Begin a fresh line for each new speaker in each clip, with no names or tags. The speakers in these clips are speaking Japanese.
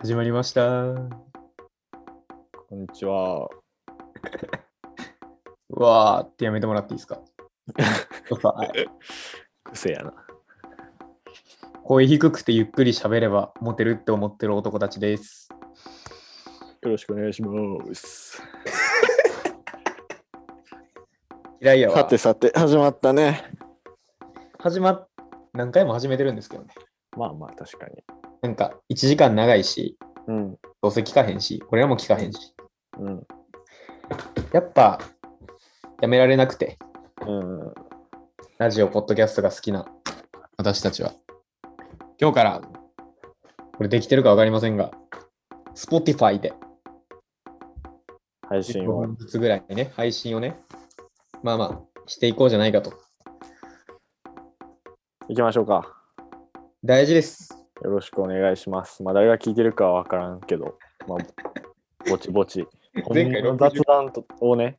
始まりました。
こんにちは。
わーってやめてもらっていいです かはい
癖やな。
声低くてゆっくり喋ればモテるって思ってる男たちです。
よろしくお願いします。
嫌いや
さ
わ
て。さて、始まったね。
始まっ、何回も始めてるんですけどね。
まあまあ、確かに。
なんか1時間長いし、
うん。
どうせ聞かへんし、俺らも聞かへんし。
うん。
やっぱ、やめられなくて、
うん。
ラジオ、ポッドキャストが好きな私たちは。今日から、これできてるかわかりませんが、Spotify で
配
10
信を
分ずつぐらいね、配信をね、まあまあ、していこうじゃないかと。
行きましょうか。
大事です。
よろしくお願いします。まあ、誰が聞いてるかはわからんけど、まあ、ぼちぼ ち。
前
本
回
人の雑
60
談とをね、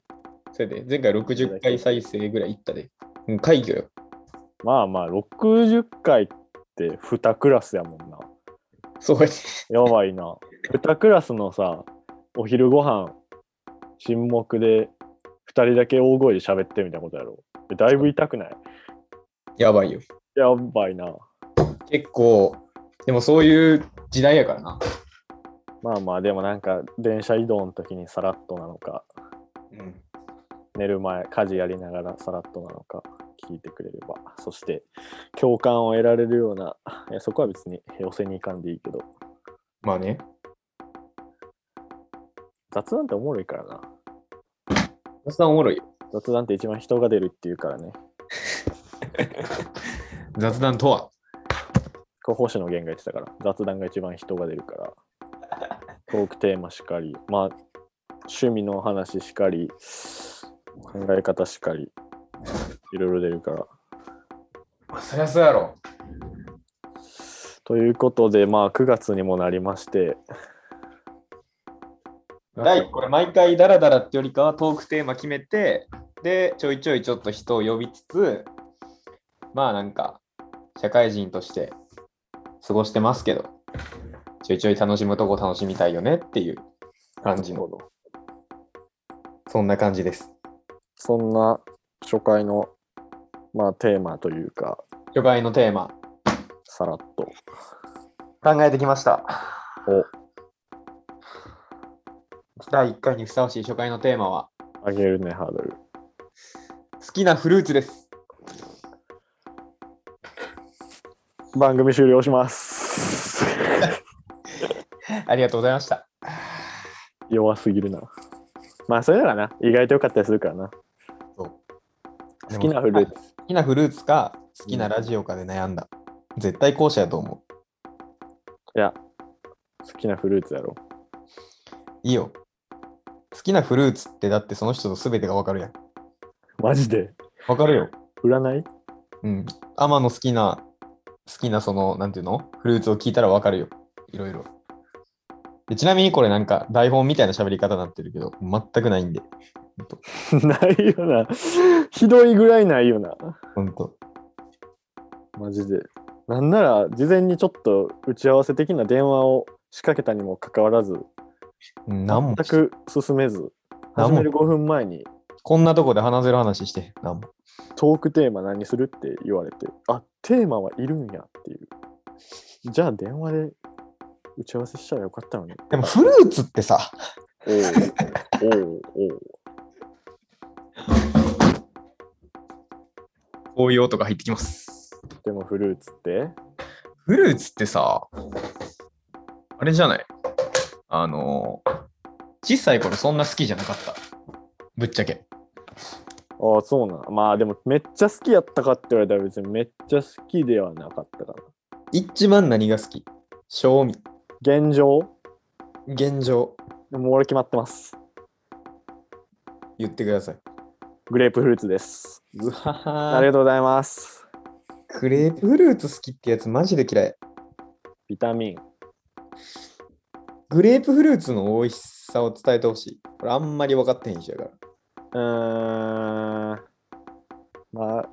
それで、前回60回再生ぐらいいったで。うん、快挙よ。
まあまあ、60回って2クラスやもんな。
そうやね。
やばいな。2クラスのさ、お昼ご飯沈黙で2人だけ大声で喋ってみたいなことやろ。えだいぶ痛くない
やばいよ。
やばいな。
結構、でもそういう時代やからな。
まあまあ、でもなんか、電車移動の時にさらっとなのか、
うん。
寝る前、家事やりながらさらっとなのか、聞いてくれれば、そして、共感を得られるような、いやそこは別に寄せに行かんでいいけど、
まあね。
雑談っておもろいからな。
雑談おもろいよ。
雑談って一番人が出るっていうからね。
雑談とは。
これ星野源が言ってたから雑談が一番人が出るからトークテーマしかりまあ趣味の話しかり考え方しかりいろいろ出るから
まあ、そりゃそうやろ。
ということでまあ9月にもなりまして
第これ毎回ダラダラってよりかはトークテーマ決めてでちょいちょいちょっと人を呼びつつまあなんか社会人として過ごしてますけどちょいちょい楽しむとこ楽しみたいよねっていう感じのそんな感じです
そんな初回のまあテーマというか
初回のテーマ
さらっと
考えてきました
お
第1回にふさわしい初回のテーマは
上げるねハードル
好きなフルーツです
番組終了します
ありがとうございました
弱すぎるなまあそれならな意外と良かったりするからな好きなフルーツ
好きなフルーツか好きなラジオかで悩んだ。絶対後者やと思う。
いや、好きなフルーツやろ。
いいよ。好きなフルーツってだってその人の全てがわかるやん。
マジで
わかるよ。
占い
うん。アマの好きな、好きなその、なんていうのフルーツを聞いたらわかるよ。いろいろ。でちなみにこれなんか台本みたいな喋り方になってるけど、全くないんで。
ないよな。ひどいぐらいないよな。
ほんと。
マジで。なんなら、事前にちょっと打ち合わせ的な電話を仕掛けたにもかかわらず、
うんなんも
全。く進めず、
何
始
も
める5分前に、
こんなとこで話せる話して。なんも。
トークテーマ何するって言われて、あ、テーマはいるんやっていう。じゃあ電話で打ち合わせしたらよかったのに。
でもフルーツってさ、
おう おうおう
こういう音が入ってきます。
でもフルーツって
フルーツってさ、あれじゃないあの、小さい頃そんな好きじゃなかった。ぶっちゃけ。
ああ、そうなの。まあでも、めっちゃ好きやったかって言われたら別にめっちゃ好きではなかったか
一番何が好き賞味。
な。現状、
現状。
もう俺決まってます。
言ってください。
グレープフルーツです。
うは
あ
は
りがとうございます。
クレープフルーツ好きってやつマジで嫌い。
ビタミン。
グレープフルーツの美味しさを伝えてほしい。これあんまり分かってへんしやから。
うーん。まあ、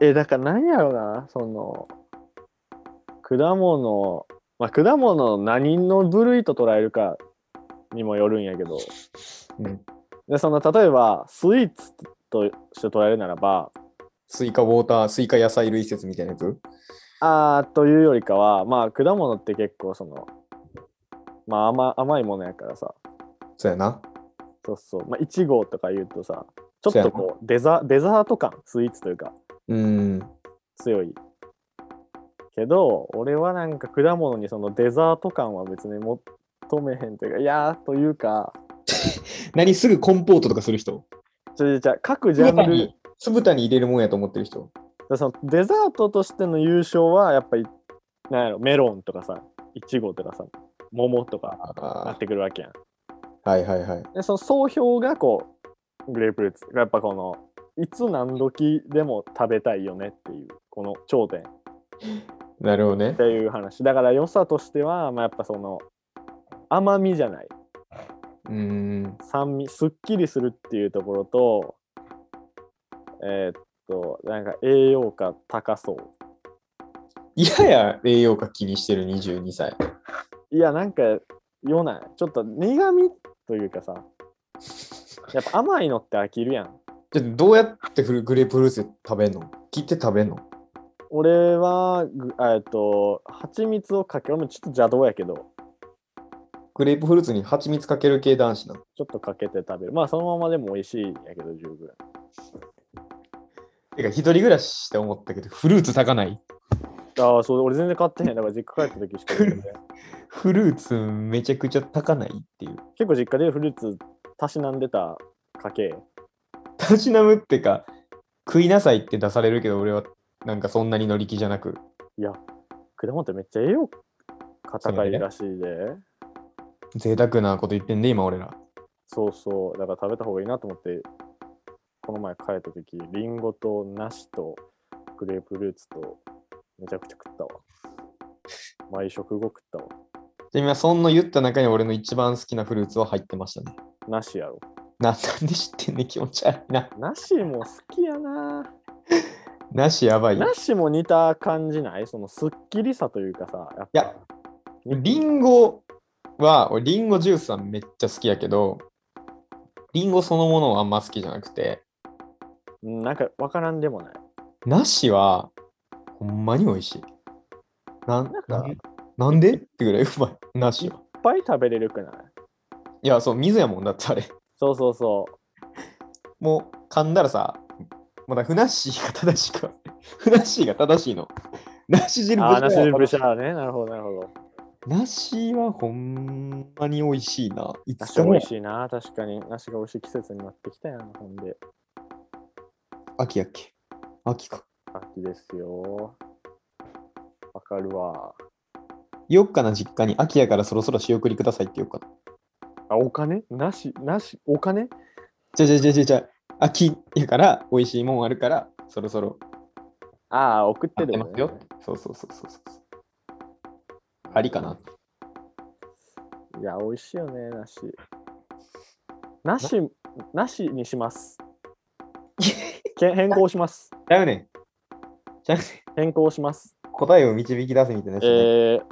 え、だから何やろうな、その、果物まあ、果物を何の部類と捉えるかにもよるんやけど、
うん
でその例えばスイーツとして捉えるならば
スイカウォーター、スイカ野菜類説みたいなやつ
あーというよりかはまあ果物って結構そのまあ甘甘いものやからさ
そうやな。
そうそうまあいちごとか言うとさちょっ
そうや
と
な
こうデザデザート感スイーツというか
うん。
強いけど俺はなんか果物にそのデザート感は別に求めへんというかいやーというか
何すぐコンポートとかする人
じゃじゃ各ジ
酢
ャン
豚
ル
に酢豚に入れるもんやと思ってる人。
でそのデザートとしての優勝はやっぱりなんやろメロンとかさいちごとかさ桃とかな
あ
ってくるわけやん
あ、はいはいはい。
でその総評がこうグレープフルーツやっぱこのいつ何時でも食べたいよねっていうこの頂点っ
なるほどね
て。いう話だから良さとしては、まあ、やっぱその甘みじゃないう
ーん。
酸味すっきりするっていうところとえーっとなんか栄養価高そう
いやや栄養価気にしてる22歳。
いや、なんか、ようない。ちょっと苦味というかさ、やっぱ甘いのって飽きるやん。
じゃどうやってフルグレープフルーツ食べんの切って食べんの
俺は、ぐあえっと、蜂蜜をかけ、俺もちょっと邪道やけど、
グレープフルーツに蜂蜜かける系男子なの。
ちょっとかけて食べる。まあ、そのままでも美味しいんやけど、十分。
てか、一人暮らしして思ったけど、フルーツ炊かない
ああ、そう、俺全然買ってへん。だから実家帰った時しか買ってない。
フルーツめちゃくちゃ炊かないっていう。
結構実家でフルーツたしなんでた家系。
たしなむってか、食いなさいって出されるけど、俺はなんかそんなに乗り気じゃなく。
いや、果物ってめっちゃ栄養価高いらしいで。
贅沢なこと言ってんね、今俺ら。
そうそう、だから食べた方がいいなと思って、この前帰った時、リンゴと梨とグレープフルーツとめちゃくちゃ食ったわ。毎食後食ったわ。
で、今、そんの言った中に俺の一番好きなフルーツは入ってましたね。
梨やろ。
な、なんで知ってんねん気持ち悪いな。
梨も好きやな。
なしやばいよ。い
梨も似た感じないそのすっきりさというかさ、やっぱ
や、リンゴは、俺リンゴジュースはめっちゃ好きやけど、リンゴそのものはあんま好きじゃなくて、
うんなんかわからんでもない。
なしは、ほんまに美味しい。なん
なん
な
か
んなんでってぐらいうまい。なしは。
いっぱい食べれるくない
いや、そう、水やもんだってあれ。
そうそうそう。
もう噛んだらさ、まだふなっしーが正しくは、ふなっしーが正しいの。なし汁
あー、梨汁ブ
ぶ
シャーね。なるほど、なるほど。
なしはほんまに美味しいな。いつ
梨
か
美
も
味しいな。確かに。梨が美味しい季節になってきたやん、ほんで。
秋やっけ。秋か。
秋ですよ。わかるわ。
よっかな実家に秋やからそろそろ仕送りくださいって言おうかな。
あ、お金なし、なし、お金
じゃじゃじゃじゃじゃ秋やから美味しいもんあるからそろそろ
ああ、送って
待って
る
ますよ。そうそうそうそうそう。ありかな。
いや、美味しいよね、なし。なし、なしにします。け変更します。
ちゃうねん。ちゃうねん。
変更します。
答えを導き出すみたいなやつね、
えー、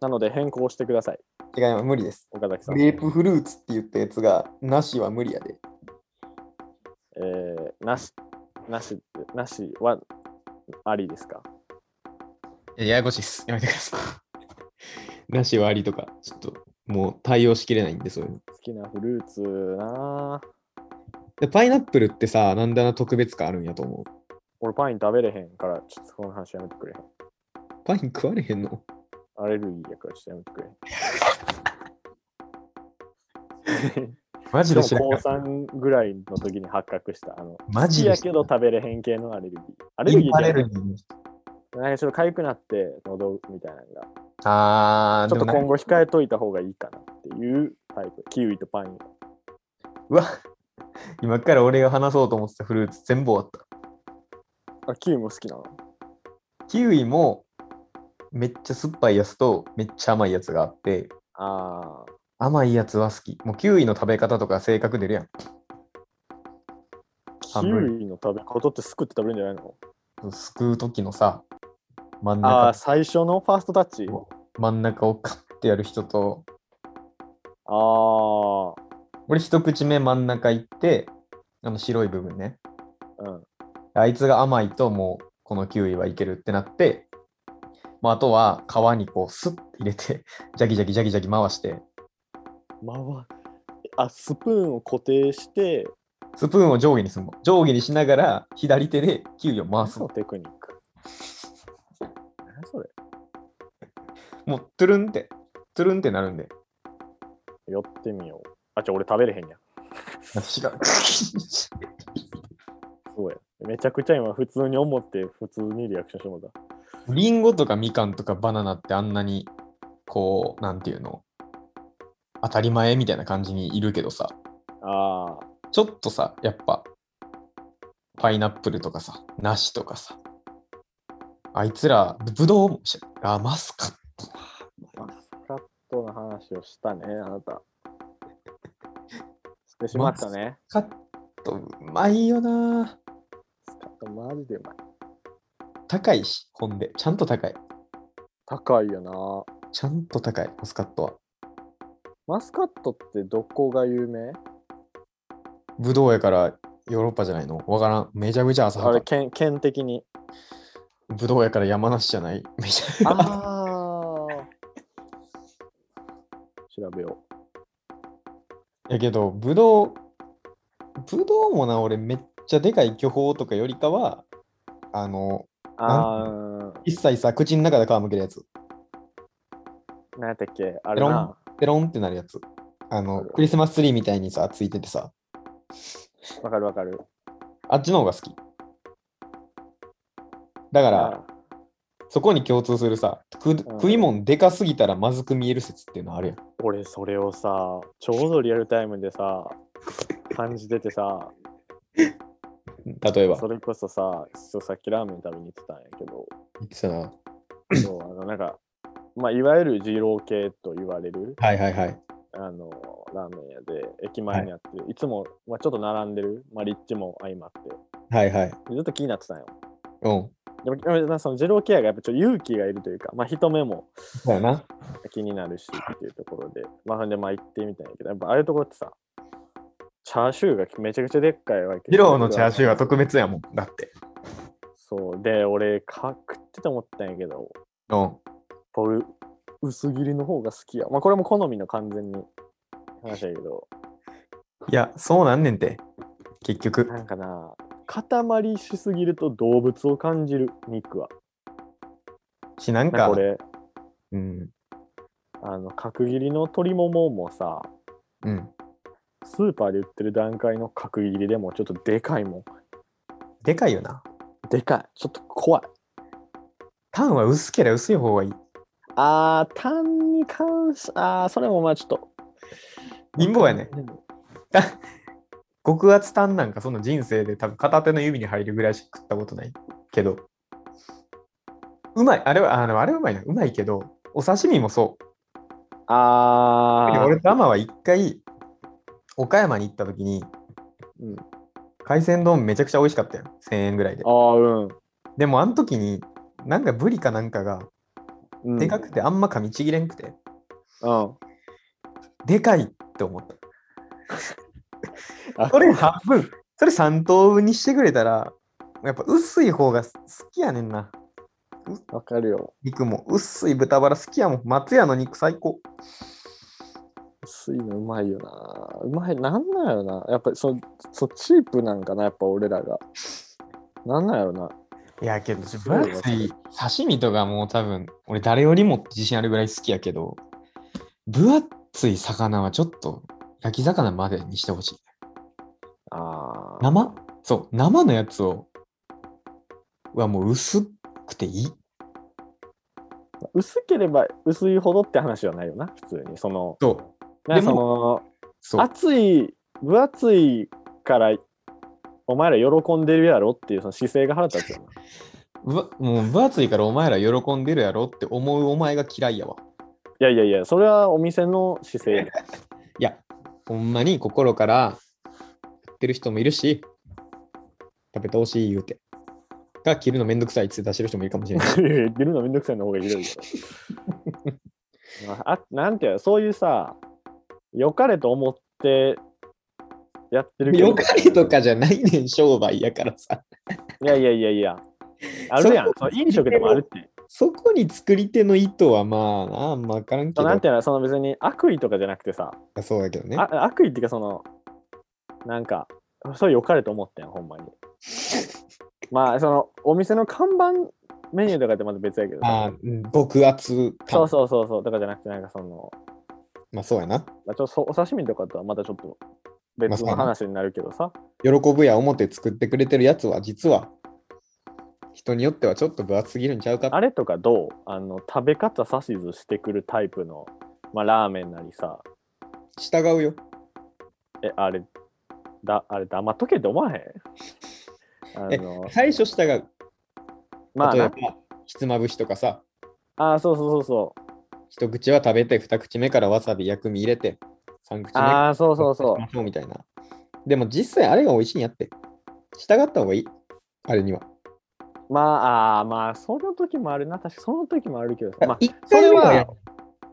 なので変更してください、
違います。無理です。
岡崎さ
グ
ん。え
レープフルーツって言ったやつが、なしは無理やで。
ー、なし、なし、なしはありですか
ややこしいっす。やめてください。 なしはありとか、ちょっともう対応しきれないんで、そういうの。
好きなフルーツなー
でパイナップルってさ、なんだな特別感あるんやと思う。
俺パイン食べれへんから、ちょっとこの話やめてくれへん。
パイン食われへんの
アレルギーやからちょっとやめてくれ。
マジ
で
で
も
知らんか
高
った。
3ぐらいの時に発覚した。あの
マジで
好きやけど食べれへん系のアレルギー。アレルギ
イン
ー
ア
じゃ
レ
ない
ルギー。
なんかちょっと痒くなって喉みたいなのが。
あー、
ちょっ
で
と
もなん
今
か
後控えといた方がいいかなっていうタイプ。キウイとパイン。
うわ、今から俺が話そうと思ってたフルーツ全部終わっ
あ、キウイも好きなの
た。キウイも、めっちゃ酸っぱいやつと、めっちゃ甘いやつがあって、
ああ。
甘いやつは好き。もうキウイの食べ方とか性格出るやん。あ
キウイの食べ方ってすくって食べるんじゃないの
すくう時のさ、真ん
ああ
中
ー、最初のファーストタッチ。
真ん中をカッてやる人と、
あ
俺一口目真ん中行って、あの白い部分ね。
あ、うん。
あいつが甘いともうこのキウイはいけるってなって、もうあとは皮にこうスッて入れて、 ジャキジャキジャキジャキ回して、
回あ、スプーンを固定して、
スプーンを上下にするの。上下にしながら左手でキウイを回す
その
の。
テクニック。何それ
もうトゥルンって、トゥルンってなるんで。
やってみよう。あ、ちょ、俺食べれへんやん。
違う。
そうや。めちゃくちゃ今、普通に思って、普通にリアクションしてもらった。
リンゴとかみかんとかバナナってあんなにこうなんていうの当たり前みたいな感じにいるけどさ
あ
ちょっとさやっぱパイナップルとかさ梨とかさあいつらぶぶどうもしあマスカット
あ、マスカットの話をしたね、あなた。 してしまったね。
カットうまいよな
マスカットマジでうまい。
高いしほんでちゃんと高い
高いよな。
ちゃんと高いマスカットは
マスカットってどこが有名
ぶどうやからヨーロッパじゃないのわからんめちゃめちゃ浅
あ
は
れ、
か
県県的に。
ぶどうやから山梨じゃないめちゃ
ああ。調べよ
やけど、ぶどう、ぶどうもな、俺めっちゃでかい巨峰とかよりかは、あの、
う。ああ。
一切さ、口の中で皮むけるやつ、
何やったっけあれな。
ペロンってなるやつ。あの、クリスマスツリーみたいにさ、ついててさ、
わかるわかる。
あっちの方が好き。だから、
あ
そこに共通するさ、く食い物でかすぎたらまずく見える説っていうのあるやん。
俺、それをさ、ちょうどリアルタイムでさ、感じててさ、
例えば
そ、れこそさ、そうさっきラーメン食べに行ってたんやけど、
その
そうあのなんか、まあ、いわゆる二郎系と言われる
はいはいはい。
あのラーメン屋で、駅前にあって、い、つも、まあ、ちょっと並んでる、まあ、立地も相まって、
はいはい。
ずっと気になってたんよ。
うん。
でも、でもその二郎ケアがやっぱちょっと勇気がいるというか、まあ、人目も
そうやな。
気になるしっていうところで、まあ、ほんで、まあ、行ってみたんやけど、やっぱああいうところってさ、チャーシューがめちゃくちゃでっかいわけ。
ヒロのチャーシューは特別やもん。だって。
そう。で、俺、か食ってて思ったんやけど、
うん。
俺、薄切りの方が好きや。まあ、これも好みの完全に話やけど、
いや、そうなんねんて。結局。
なんかな、塊しすぎると動物を感じる、肉は。
し、なん
なんか
か、
俺、
うん。
あの、角切りの鶏もももさ、
うん。
スーパーで売ってる段階の角切りでもちょっとでかいもん。
でかいよな。
でかい。ちょっと怖い。
タンは薄けりゃ薄い方がいい。
あー、タンに関し、あー、それもまあちょっと。
貧乏やね。極厚タンなんかその人生で多分片手の指に入るぐらいしか食ったことないけど。うまい。あれは、あのあれはうまいな。うまいけど、お刺身もそう。
あー。
俺とアマは一回、岡山に行った時に、
うん
海鮮丼めちゃくちゃ美味しかったよ。1000円ぐらいで
あ。ー、うん。
でもあの時に、なんかブリかなんかが、
うん、
でかくてあんま噛みちぎれんくて、
うん。
でかいって思った。
あ
それ半分、それ3等分にしてくれたら、やっぱ薄い方が好きやねんな。
わかるよ。
肉も薄い豚バラ好きやもん。松屋の肉最高。
薄いのうまいよな。うまい。なんなんやろな。やっぱりそ、そ、チープなんかな、やっぱ俺らが。なんなんやろな。
いやけど、
すごいわ
分厚い刺身とかもう多分、俺誰よりも自信あるぐらい好きやけど、分厚い魚はちょっと焼き魚までにしてほしい。
あー。
生そう、生のやつを、はもう薄くていい。
薄ければ薄いほどって話はないよな、普通に。その、
そう。
なんか
で
そ
も
の、
そう。
熱い、分厚いから、お前ら喜んでるやろっていうその姿勢が腹立つよな。
うわもう分厚いからお前ら喜んでるやろって思うお前が嫌いやわ。
いやいやいや、それはお店の姿勢。
いや、ほんまに心からやってる人もいるし、食べてほしい言うて。 が、切るのめんどくさいって出してる人もいるかもしれない。
いやいや出るのめんどくさいの方がひどいよ。まあ、あなんていうのそういうさ良かれと思ってやってるけど
よかれとかじゃないねん、商売やからさ。
いやいやいやいやあるやん
そ
その飲食でもあるって
そこに作り手の意図はまあな、あんまわからんけ
そうなん
ど、
ていうのその別に悪意とかじゃなくてさ
そうだけどね。
あ悪意っていうかそのなんかそれ良かれと思ってんほ んまにまあそのお店の看板メニューとかってまた別やけど
あ
さ
ーうん極厚感
そうそうそうそうとかじゃなくてなんかその
まあそうやな。
まあ、ちょっとそお刺身とかとはまたちょっと
まあ
別
そうや
の
な
話になるけどさ、
喜ぶや思って作ってくれてるやつは、実は、人によってはちょっと分厚すぎるんちゃうか
あれとかどうあの食べ方指図してくるタイプの、まあ、ラーメンなりさ
従うよ。
えあれだあれ黙っとけって思わへんあ
え
の
最初従う。
まあ
例え
な
ば、ひつまぶしとかさ、
あーそうそうそうそう
一口は食べて、二口目からわさび薬味入れて、三口目
ああそうそうそう
う。みたいな。でも実際あれが美味しいんやって。従った方がいい。あれには。
まああーまあその時もあるな確かその時もあるけどさまあ
一
そ
回
れ
目はや
は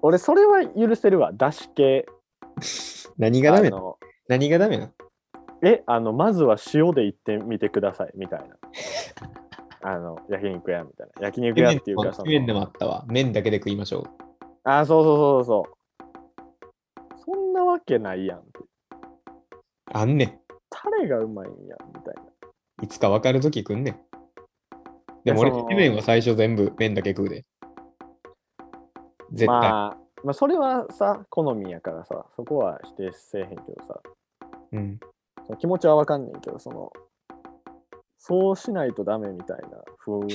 俺それは許せるわだし系
何が
あ
ダメな
の
何がダメな
えあのまずは塩でいってみてくださいみたいなあの焼肉屋みたいな焼肉屋っていうかそ
麺でも
の
あったわ。麺だけで食いましょう。
あそうそうそうそうそんなわけないやんって
あんねん。
タレがうまいんやみたい
いつか分かるときくんねん。でも
い
俺、
やその
手麺は最初全部麺だけ食うで。絶対。
な、まあ、まあそれはさ好みやからさそこは否定せえへんけどさ
うん。
その気持ちはわかんないけどそのそうしないとダメみたいな 風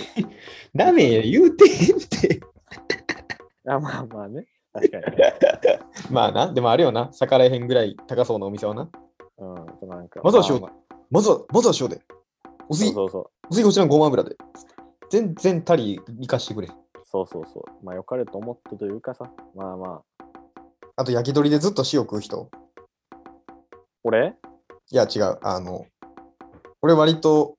ダメや言うてへんって。
あまあまあね確かにね、
まあな、でもあるよな。逆らえへんぐらい高そうなお店はな。
うんなんか
まずは塩だ
まあまあ。
まずは、まずは塩で。お
そう
次、
そうそう
お次こっちらのごま油で。全然たり生かしてくれ。
そうそうそう。まあ、良かれと思ってというかさ、まあまあ、
あと、焼き鳥でずっと塩食う人。
俺
いや、違う。あの、俺割と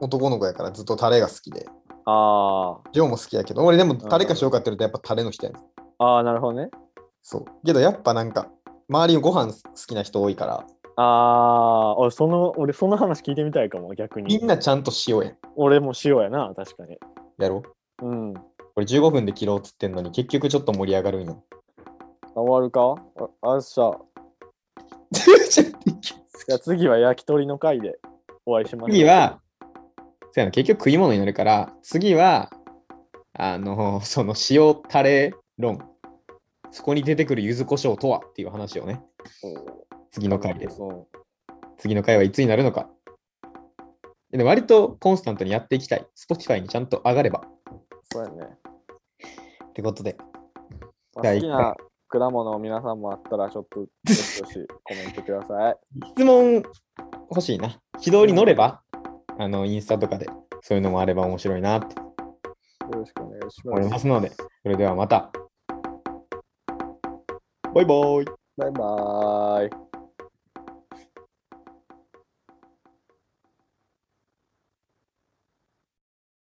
男の子やからずっとタレが好きで。
あ
塩も好きやけど、俺でもタレか塩かって言うとやっぱタレの人やねん
あ、ああ、なるほどね。
そう。けどやっぱなんか、周りのご飯好きな人多いから、
ああ、俺その、俺その話聞いてみたいかも、逆に。
みんなちゃんと塩やん。
俺も塩やな、確かに。
やろ
うん。
これ15分で切ろうっつってんのに、結局ちょっと盛り上がるん よ。
あ終わるかああっしゃ。じゃあ次は焼き鳥の回でお会いしましょう。
次は、そうやな結局食い物になるから、次は、あの、 その塩タレ論。そこに出てくる柚子胡椒とはっていう話をね、次の回です。
うん。
次の回はいつになるのか。でも割とコンスタントにやっていきたい。Spotify にちゃんと上がれば。
そうやね。
ってことで。
まあ
じゃあ
好きな果物を皆さんもあったら、ちょっと、どしどしコメントください。
質問欲しいな。軌道に乗れば、あの、インスタとかで、そういうのもあれば面白いなって
よろしくお願いし
思い
ま。
ますすので、それではまた。バイバイ。
バイバーイ。